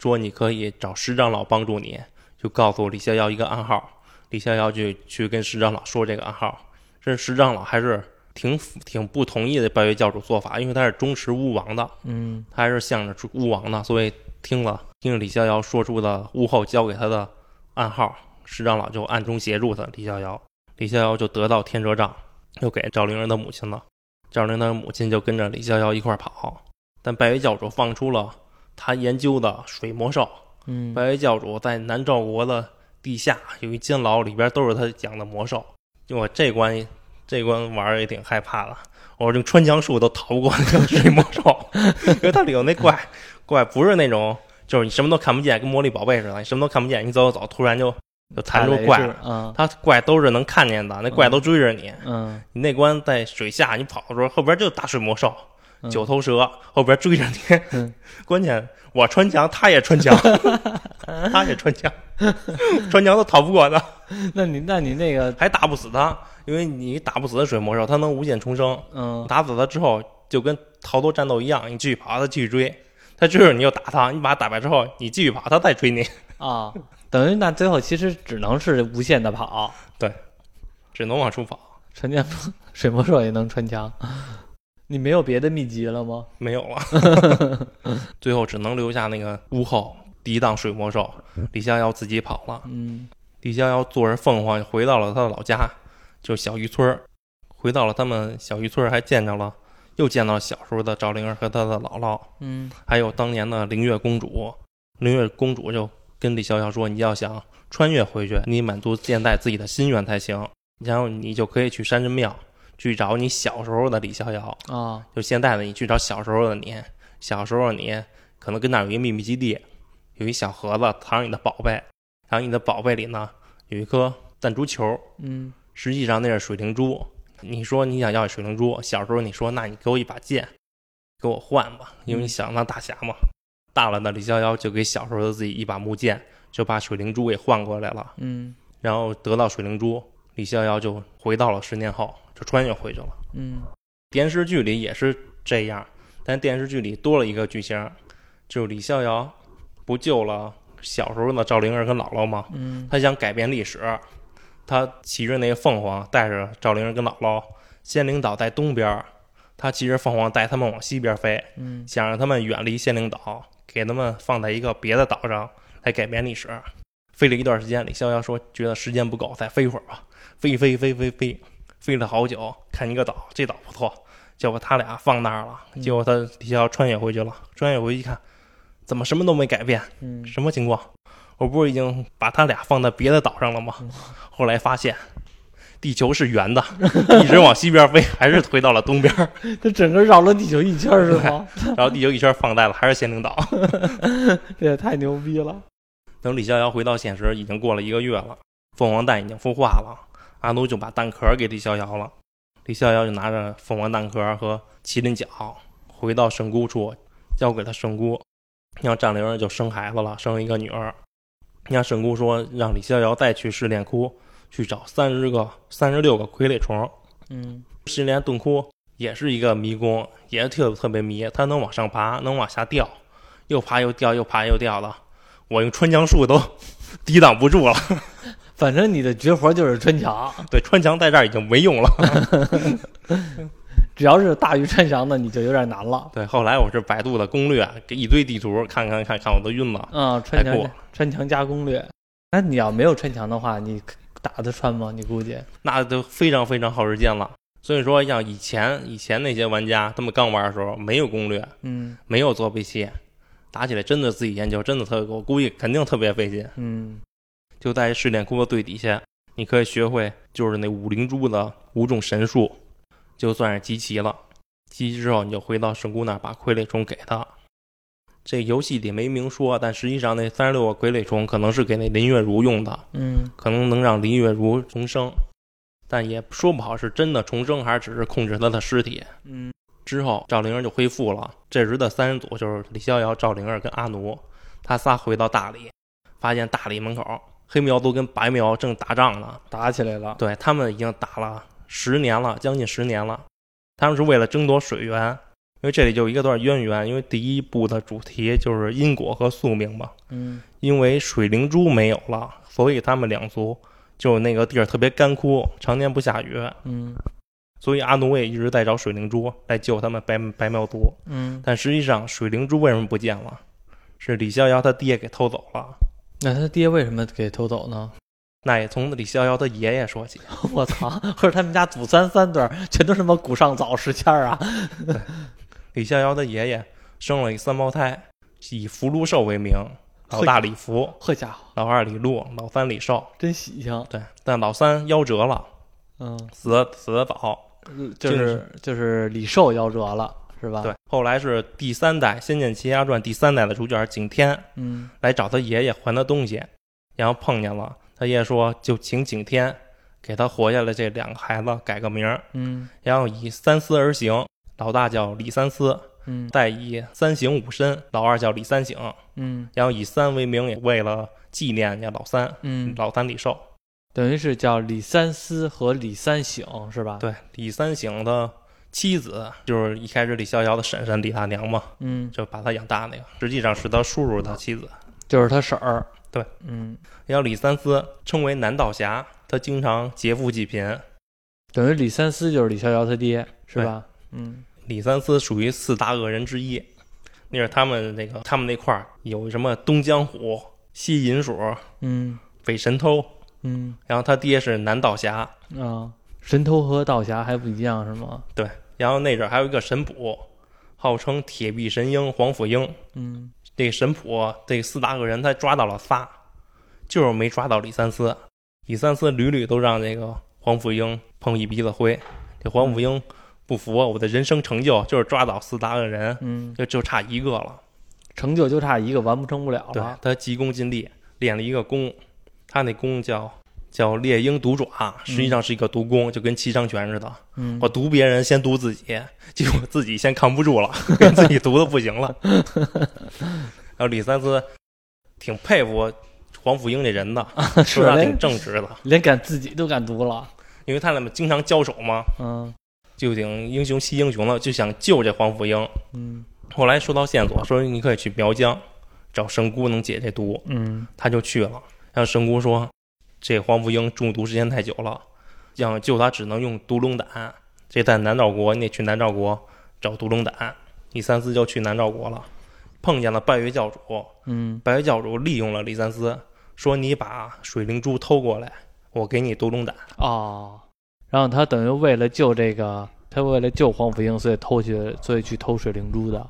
B: 说你可以找石长老帮助你。”就告诉李逍遥一个暗号，李逍遥就去跟石长老说这个暗号。这石长老还是挺挺不同意的拜月教主做法，因为他是忠实巫王的，
A: 嗯
B: 他还是向着巫王的，所以听了听了李逍遥说出的巫后交给他的暗号，石长老就暗中协助他李逍遥。李逍遥就得到天折杖，又给赵灵儿的母亲了。赵灵儿的母亲就跟着李逍遥一块儿跑，但拜月教主放出了他研究的水魔兽。
A: 嗯
B: 白月教主在南诏国的地下有一监牢，里边都是他讲的魔兽。就我这关，这关玩儿也挺害怕的。我这穿墙术都逃不过那个 <laughs> 水魔兽，因为它里头那怪怪不是那种，就是你什么都看不见，跟魔力宝贝似的，你什么都看不见，你走走走，突然就就弹出怪了。
A: 嗯
B: 它怪都是能看见的，那怪都追着你。
A: 嗯，
B: 你那关在水下，你跑的时候后边就是大水魔兽。
A: 嗯
B: 九头蛇后边追着你，
A: 嗯
B: <laughs> 关键我穿墙，他也
A: <laughs>
B: 穿墙，他也穿墙，穿墙都逃不过他，
A: <laughs> 那你那你那个
B: 还打不死他，因为你打不死的水魔兽，它能无限重生，
A: 嗯
B: 打死他之后就跟逃脱战斗一样，你继续跑，他继续追，他追着你又打他，你把他打败之后，你继续跑，他再追你， <laughs>
A: 啊，等于那最后其实只能是无限的跑，
B: 只能往出跑，
A: 穿墙水魔兽也能穿墙。你没有别的秘籍了吗？
B: 没有了，
A: <laughs>
B: 最后只能留下那个屋后抵挡水魔兽，李逍遥自己跑了。
A: 嗯
B: 李逍遥坐着凤凰回到了他的老家，就是小渔村儿。回到了他们小渔村儿，还见着了，又见到小时候的赵灵儿和她的姥姥，
A: 嗯
B: 还有当年的灵月公主。灵月公主就跟李逍遥说：“你要想穿越回去，你满足现在自己的心愿才行。然后你就可以去山神庙去找你小时候的李逍遥，
A: 啊
B: 就现在的你去找小时候的你。小时候的你可能跟那儿有一秘密基地，有一小盒子藏着你的宝贝，然后你的宝贝里呢有一颗弹珠球，
A: 嗯
B: 实际上那是水灵珠。你说你想要水灵珠，小时候你说那你给我一把剑，给我换吧，因为你想当大侠嘛。大了的李逍遥就给小时候的自己一把木剑，就把水灵珠给换过来了，
A: 嗯
B: 然后得到水灵珠，李逍遥就回到了十年后，就穿越回去了。
A: 嗯
B: 电视剧里也是这样，但电视剧里多了一个剧情，就是李逍遥不救了小时候的赵灵儿跟姥姥吗？
A: 嗯
B: 他想改变历史，他骑着那个凤凰，带着赵灵儿跟姥姥，仙灵岛在东边儿，他骑着凤凰带他们往西边飞，
A: 嗯
B: 想让他们远离仙灵岛，给他们放在一个别的岛上来改变历史。飞了一段时间，李逍遥说觉得时间不够，再飞一会儿吧。飞飞飞飞飞，飞了好久，看一个岛，这岛不错，结果他俩放那儿了。
A: 嗯
B: 结果他李逍遥穿越回去了，穿越回去一看，怎么什么都没改变？
A: 嗯
B: 什么情况？我不是已经把他俩放在别的岛上了吗
A: 嗯？
B: 后来发现，地球是圆的， <laughs> 一直往西边飞，还是回到了
A: <laughs>
B: 东边，
A: 这整个绕了地球一圈儿是 <laughs> 吗？
B: 然后地球一圈放大了，还是仙灵岛。
A: 这也太牛逼了。
B: 等李逍遥回到现实，已经过了一个月了，凤凰蛋已经孵化了，阿奴就把蛋壳给李逍遥了。李逍遥就拿着凤凰蛋壳和麒麟角回到圣姑处，交给了圣姑，让战灵儿就生孩子了，生了一个女儿。让圣姑说让李逍遥再去试炼窟去找三十个、三十六个傀儡虫，
A: 嗯
B: 试炼洞窟也是一个迷宫，也特特别迷，它能往上爬，能往下掉，又爬又掉，又爬又掉的，我用穿墙术都 <laughs> 抵挡不住了。 <laughs>
A: 反正你的绝活就是穿墙，
B: 对，穿墙在这儿已经没用了。
A: 只要是大于穿墙的，你就有点难了。
B: 对，后来我是百度的攻略，给一堆地图，看看看看，我都晕了。哎
A: 嗯，穿
B: 太酷
A: 墙
B: 了
A: 穿墙加攻略。那你要没有穿墙的话，你打得穿吗？你估计
B: 那都非常非常耗时间了。所以说，像以前以前那些玩家，他们刚玩的时候没有攻略，
A: 嗯
B: 没有做背切，打起来真的自己研究，真的特我估计肯定特别费劲。
A: 嗯
B: 就在试炼锅对底下，你可以学会就是那五灵珠的五种神术，就算是集齐了。集齐之后，你就回到神姑那儿把傀儡虫给他。这游戏里没明说，但实际上那三十六个傀儡虫可能是给那林月如用的，
A: 嗯
B: 可能能让林月如重生，但也说不好是真的重生还是只是控制她的尸体。
A: 嗯
B: 之后赵灵儿就恢复了。这时的三人组就是李逍遥、赵灵儿跟阿奴，他仨回到大理，发现大理门口黑苗族跟白苗正打仗呢。
A: 打起来了。
B: 对他们已经打了十年了，将近十年了。他们是为了争夺水源，因为这里有一个段渊源，因为第一部的主题就是因果和宿命嘛。
A: 嗯
B: 因为水灵珠没有了，所以他们两族就那个地儿特别干枯，常年不下雨，
A: 嗯
B: 所以阿奴也一直在找水灵珠来救他们白白苗族。
A: 嗯，
B: 但实际上，水灵珠为什么不见了？是李逍遥他爹给偷走了。
A: 那他爹为什么给偷走呢？
B: 那也从李逍遥他爷爷说起，
A: <laughs> 我操！或者他们家祖三三对儿全都是什么古上早时迁儿啊？
B: 李逍遥他爷爷生了一三胞胎，以福禄寿为名，老大李福，
A: 好家伙，
B: 老二李禄，老三李寿。
A: 真喜庆！
B: 对，但老三夭折了，
A: 嗯，
B: 死得死得早，
A: 啊就是就是李寿夭折了，是吧？
B: 对，，后来是第三代《仙剑奇侠传》第三代的主角景天
A: 嗯
B: 来找他爷爷还他东西，然后碰见了他爷爷说，就请景天给他活下来这两个孩子改个名儿，
A: 嗯
B: 然后以三思而行，老大叫李三思，
A: 嗯
B: 再以三省吾身，老二叫李三省，
A: 嗯
B: 然后以三为名，也为了纪念人家老三，
A: 嗯，
B: 老三李寿。
A: 等于是叫李三思和李三省，是吧？，
B: 对，李三省的妻子就是一开始李逍遥的婶婶李大娘嘛，
A: 嗯，
B: 就把他养大那个，实际上是他叔叔的妻子。
A: 就是他婶儿。
B: 对，
A: 嗯，
B: 然后李三思称为南道侠，他经常劫富济贫。
A: 等于李三思就是李逍遥他爹，是吧？嗯
B: 李三思属于四大恶人之一，那是他们那个他们那块儿有什么东江虎、西银鼠、
A: 嗯
B: 北神偷，
A: 嗯
B: 然后他爹是南道侠，
A: 啊，神偷和道侠还不一样是吗？
B: 然后那阵儿还有一个神捕，号称铁臂神鹰黄甫鹰。
A: 嗯
B: 这个神捕这四大恶人他抓到了仨，就是没抓到李三思。李三思屡屡都让这个黄甫英碰一鼻子灰，这黄甫英不服，我的人生成就就是抓到四大恶人，
A: 嗯，
B: 就就差一个了。
A: 成就就差一个，完不成不了
B: 对
A: 了。
B: 他急功近利，练了一个功，他那功叫叫猎鹰独爪，实际上是一个毒功，就跟七伤拳似的。
A: 嗯， <laughs>
B: 我毒别人先毒自己，结果自己先扛不住了， <laughs> 给自己毒的不
A: <laughs>
B: 行了。然后李三思挺佩服黄甫英这人的，
A: 啊是
B: 说他
A: 连
B: 挺正直的，
A: 连敢自己都敢读了。
B: 因为他俩经常交手嘛，
A: 嗯
B: 就挺英雄惜英雄了，就想救这黄甫英。
A: 嗯
B: 后来收到线索，说你可以去苗疆找神姑能解这毒，
A: 嗯
B: 他就去了。然后神姑说，这黄甫英中毒时间太久了，想救他只能用毒龙胆。这在南诏国，你得去南诏国找毒龙胆。李三思就去南诏国了，碰见了拜月教主。
A: 嗯
B: 拜月教主利用了李三思，说你把水灵珠偷过来，我给你毒龙胆。
A: 哦，然后他等于为了救这个，他为了救黄甫英，所以偷去，所以去偷水灵珠的。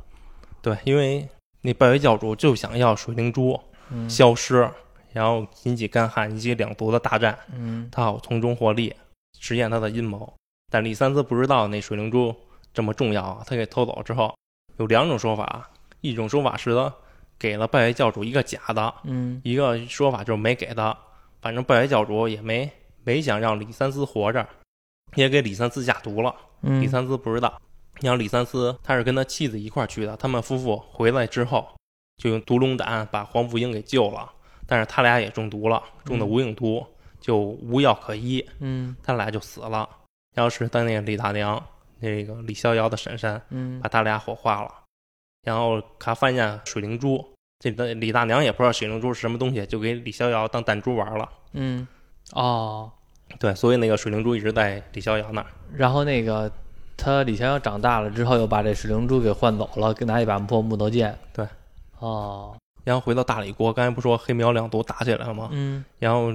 B: 对，因为那拜月教主就想要水灵珠
A: 嗯
B: 消失，然后引起干旱以及两族的大战。
A: 嗯
B: 他好从中获利，实现他的阴谋。但李三思不知道那水灵珠这么重要啊，他给偷走之后，有两种说法，啊一种说法是他给了拜月教主一个假的，
A: 嗯
B: 一个说法就是没给他。反正拜月教主也没没想让李三思活着，也给李三思下毒了。
A: 嗯
B: 李三思不知道，你像李三思，他是跟他妻子一块儿去的，他们夫妇回来之后就用毒龙胆把黄甫英给救了，但是他俩也中毒了，中的无影毒，就无药可医，
A: 嗯
B: 他俩就死了。要是当年李大娘这个李逍遥的婶婶
A: 嗯
B: 把他俩火化了，然后他发现水灵珠，这个李大娘也不知道水灵珠是什么东西，就给李逍遥当弹珠玩了。
A: 嗯，哦，
B: 对，所以那个水灵珠一直在李逍遥那儿。
A: 然后那个他李逍遥长大了之后，又把这水灵珠给换走了，给拿一把破木头剑。
B: 对，
A: 哦，
B: 然后回到大理国，刚才不说黑苗两族打起来了吗？
A: 嗯
B: 然后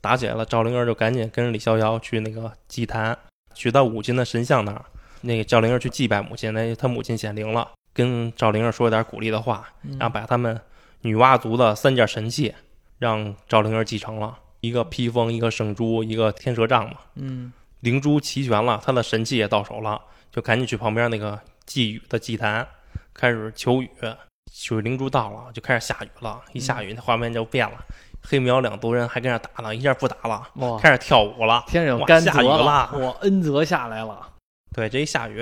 B: 打起来了，赵灵儿就赶紧跟着李逍遥去那个祭坛，去到母亲的神像那儿。那个赵灵儿去祭拜母亲，那他母亲显灵了，跟赵灵儿说点鼓励的话，
A: 嗯
B: 然后啊把他们女娲族的三件神器让赵灵儿继承了，一个披风，一个圣珠，一个天蛇杖嘛。
A: 嗯
B: 灵珠齐全了，他的神器也到手了，就赶紧去旁边那个祭雨的祭坛开始求雨。水灵珠到了，就开始下雨了。一下雨，那画面就变了，黑苗两族人还跟那打呢，一下不打了，
A: 哇，
B: 开始跳舞了。
A: 天上有
B: 哇
A: 甘
B: 下
A: 泽
B: 雨了
A: 我恩泽下来了
B: 对，这一下雨，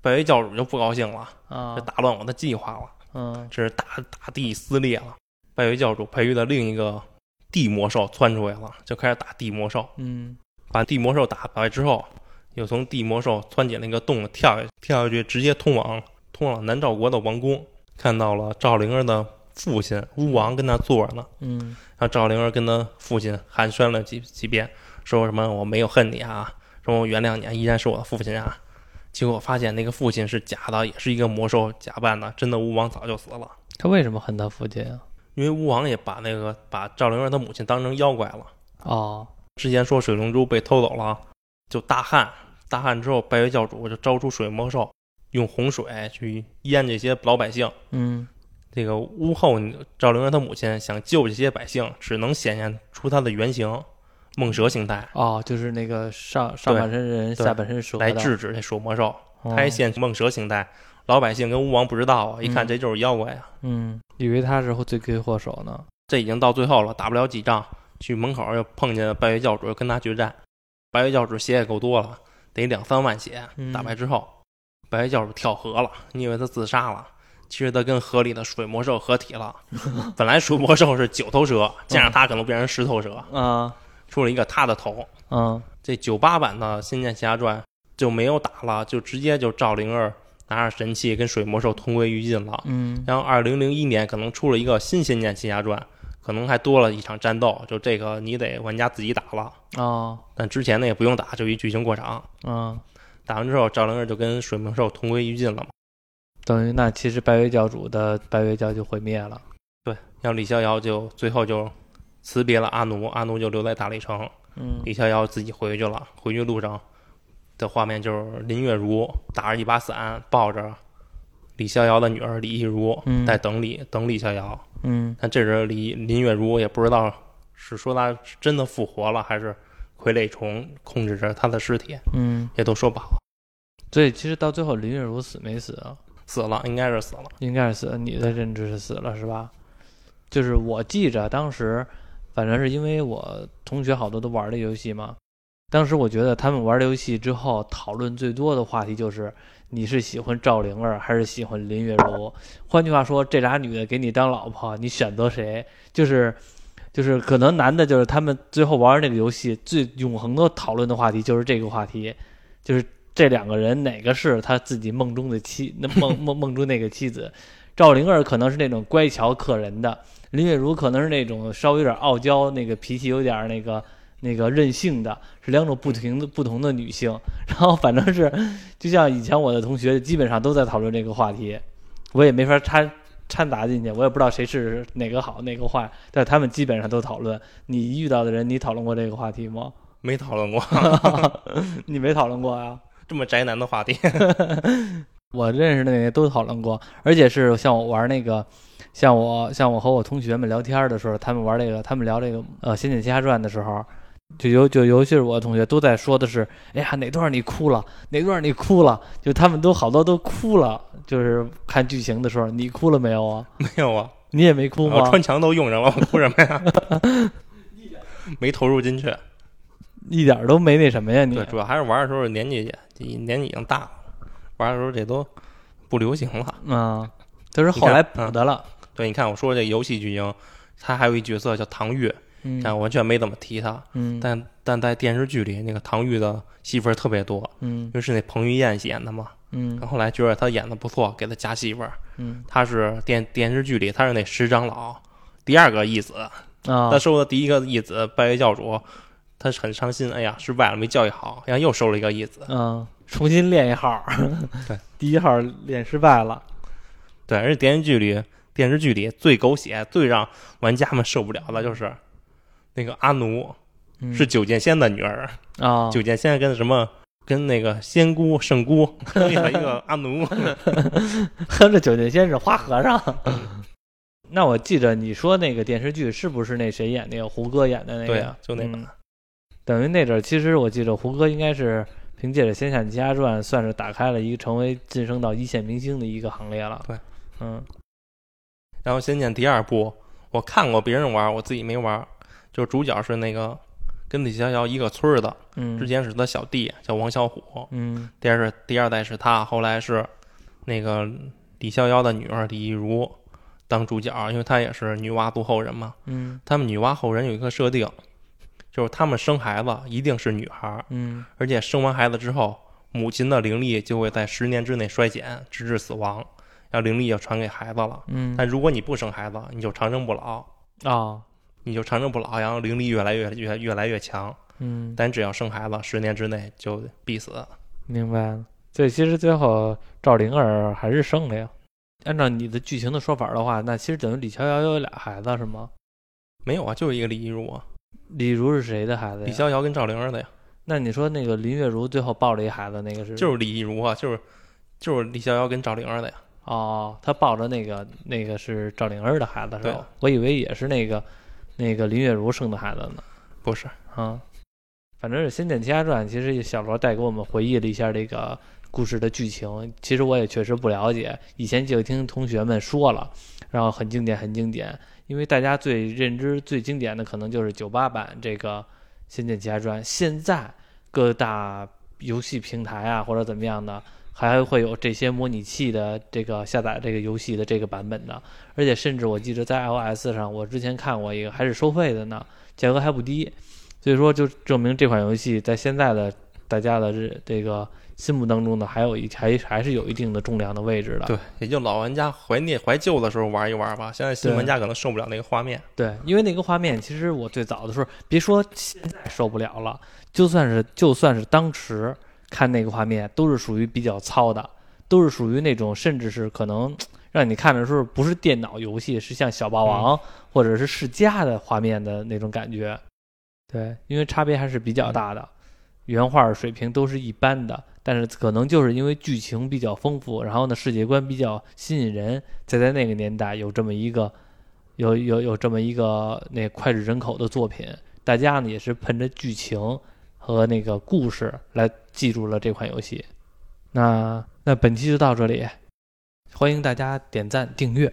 B: 百威教主就不高兴了，
A: 啊
B: 就，打乱我的计划了，
A: 嗯
B: 这是大大地撕裂了。百威教主培育的另一个地魔兽窜出来了，就开始打地魔兽。
A: 嗯
B: 把地魔兽打败之后，又从地魔兽窜进那个洞跳下去，跳下去直接通往通往南诏国的王宫，看到了赵灵儿的父亲巫王跟他坐着呢。
A: 嗯
B: 然后赵灵儿跟他父亲寒暄了几几遍，说什么我没有恨你啊，说我原谅你啊，依然是我的父亲啊。结果发现那个父亲是假的，也是一个魔兽假扮的，真的巫王早就死了。
A: 他为什么恨他父亲啊？
B: 因为巫王也把那个把赵灵儿他母亲当成妖怪了。
A: 哦，
B: 之前说水龙珠被偷走了，啊就大旱，大旱之后，拜月教主就招出水魔兽，用洪水去淹这些老百姓。
A: 嗯
B: 这个屋后赵灵儿她母亲想救这些百姓，只能显现出她的原型梦蛇形态
A: 哦，就是那个上上半身人，
B: 对
A: 下半身蛇
B: 来
A: 的
B: 制止这水魔兽。
A: 哦
B: 她也现梦蛇形态，老百姓跟巫王不知道啊，一看
A: 嗯
B: 这就是妖怪啊。
A: 嗯，以为他是罪魁祸首呢。
B: 这已经到最后了，打不了几仗，去门口又碰见白月教主，又跟他决战。白月教主血也够多了，得两三万血
A: 嗯。
B: 打败之后，白月教主跳河了，你以为他自杀了？其实他跟河里的水魔兽合体了。本来水魔兽是九头蛇，加上他可能变成十头蛇，
A: 啊
B: 出了一个他的头。
A: 嗯
B: 这九八版的《仙剑奇侠传》就没有打了，就直接就赵灵儿拿着神器跟水魔兽同归于尽了。
A: 嗯
B: 然后二零零一年可能出了一个新《仙剑奇侠传》，可能还多了一场战斗，就这个你得玩家自己打了。
A: 哦
B: 但之前呢也不用打，就一剧情过场。
A: 嗯，
B: 打完之后，赵灵儿就跟水魔兽同归于尽了嘛。
A: 等于那其实白月教主的白月教就毁灭了。
B: 然后李逍遥就最后就辞别了阿奴，阿奴就留在大理城，
A: 嗯
B: 李逍遥自己回去了。回去路上的画面就是林月如打着一把伞，抱着李逍遥的女儿李亦如
A: 嗯
B: 在等李等李逍遥。
A: 嗯
B: 但这时候李林月如也不知道是说她是真的复活了，还是傀儡虫控制着她的尸体，
A: 嗯，
B: 也都说不好。
A: 所以其实到最后林月如死没死啊？
B: 死了，应该是死了。
A: 应该是死，你的认知是死了是吧？就是我记着当时，反正是因为我同学好多都玩这游戏嘛。当时我觉得他们玩这游戏之后，讨论最多的话题就是你是喜欢赵灵儿还是喜欢林月如？换句话说，这俩女的给你当老婆，你选择谁？就是，就是可能男的，就是他们最后玩这个游戏最永恒的讨论的话题就是这个话题，就是这两个人哪个是他自己梦中的妻，那梦梦梦中那个妻子？赵灵儿可能是那种乖巧可人的，林月如可能是那种稍微有点傲娇，那个脾气有点那个那个任性的，是两种不同的不同的女性。然后反正是，就像以前我的同学基本上都在讨论这个话题，我也没法掺掺杂进去，我也不知道谁是哪个好哪个坏，但是他们基本上都讨论。你遇到的人，你讨论过这个话题吗？ <laughs>
B: 没讨论过 <laughs>
A: 你没讨论过啊呀、
B: 这么宅男的话题，
A: 我认识的那些都讨论过，而且是像我玩那个，像我像我和我同学们聊天的时候，他们玩这个，他们聊这个呃《仙剑奇侠传》的时候，就尤就尤其是我的同学都在说的是，哎呀哪段你哭了，哪段你哭了，就他们都好多都哭了，就是看剧情的时候，你哭了没有啊？
B: 没有啊？
A: 你也没哭
B: 我
A: 吗？
B: 穿墙都用上了，我哭什么呀？
A: <laughs>
B: 没投入进去。
A: 一点儿都没那什么呀你
B: 对，？主要还是玩的时候年纪也年纪已经大了，玩的时候这都不流行了。
A: 嗯，都是后来
B: 啊
A: 补的了。
B: 对，你看我说这游戏剧情，他还有一角色叫唐钰，
A: 嗯
B: 但我完全没怎么提他。
A: 嗯
B: 但但在电视剧里，那个唐钰的戏份儿特别多，
A: 嗯
B: 因为是那彭于晏演的嘛。
A: 嗯
B: 后来觉得他演的不错，给他加戏份儿。
A: 嗯
B: 他是电电视剧里他是那十长老第二个义子，
A: 啊
B: 他，收的第一个义子拜月教主，他是很伤心，哎呀，失败了，没教育好，然后又收了一个义子。
A: 嗯，重新练一号，
B: 对，
A: <laughs> 第一号练失败了，
B: 对，而且电视剧里电视剧里最狗血、最让玩家们受不了的就是那个阿奴
A: 嗯
B: 是九剑仙的女儿，
A: 啊， <laughs>
B: 九剑仙跟什么？跟那个仙姑、圣姑 <laughs> 立了一个阿奴，
A: 喝着酒剑仙是花和尚。 <laughs> 那我记着你说那个电视剧是不是那谁演那个胡歌演的那个
B: 对啊
A: 呀？
B: 就那版
A: 嗯等于那阵儿，其实我记着胡歌应该是凭借着《仙侠奇侠传》，算是打开了一个成为晋升到一线明星的一个行列了。
B: 对，
A: 嗯
B: 然后《仙剑》第二部，我看过别人玩，我自己没玩。就是主角是那个跟李逍遥一个村儿的，
A: 嗯，
B: 之前是他小弟叫王小虎，
A: 嗯
B: 第二是第二代是他，后来是那个李逍遥的女儿李亦如当主角，因为她也是女娲族后人嘛。
A: 嗯
B: 他们女娲后人有一个设定，就是他们生孩子一定是女孩儿，
A: 嗯
B: 而且生完孩子之后，母亲的灵力就会在十年之内衰减，直至死亡，然后灵力要传给孩子了。
A: 嗯
B: 但如果你不生孩子，你就长生不老，
A: 啊
B: 你就长生不老，然后灵力越来越越越来越强。
A: 嗯，
B: 但只要生孩子，十年之内就必死。
A: 明白了。所以其实最后赵灵儿还是胜了呀。按照你的剧情的说法的话，那其实等于李逍遥有俩孩子是吗？
B: 没有啊，就是一个李一如啊，
A: 李如是谁的孩子呀？
B: 李逍遥跟赵灵儿的呀，
A: 那你说那个林月如最后抱着一孩子，那个是
B: 就是李一如啊，就是就是李逍遥跟赵灵儿的呀。
A: 哦，她抱着那个那个是赵灵儿的孩子是
B: 对
A: 吧？我以为也是那个那个林月如生的孩子呢
B: 不是，
A: 啊。反正是《仙剑奇侠传》，其实小罗带给我们回忆了一下这个故事的剧情。其实我也确实不了解，以前就听同学们说了，然后很经典，很经典。因为大家最认知最经典的可能就是九八版这个《仙剑奇侠传》，现在各大游戏平台啊或者怎么样的，还会有这些模拟器的这个下载这个游戏的这个版本的，而且甚至我记得在 iOS 上，我之前看过一个还是收费的呢，价格还不低，所以说就证明这款游戏在现在的大家的这这个心目当中呢，还有一还还是有一定的重量的位置的。
B: 对，也就老玩家怀念怀旧的时候玩一玩吧。现在新
A: 对
B: 玩家可能受不了那个画面。
A: 对，因为那个画面，其实我最早的时候，别说现在受不了了，就算是就算是当时看那个画面，都是属于比较糙的，都是属于那种甚至是可能让你看的时候不是电脑游戏，是像小霸王、或者是世嘉的画面的那种感觉。对，因为差别还是比较大的，原画水平都是一般的，但是可能就是因为剧情比较丰富，然后呢世界观比较吸引人，才在那个年代有这么一个有有有这么一个那脍炙人口的作品，大家呢也是奔着剧情和那个故事来记住了这款游戏。那那本期就到这里，欢迎大家点赞订阅。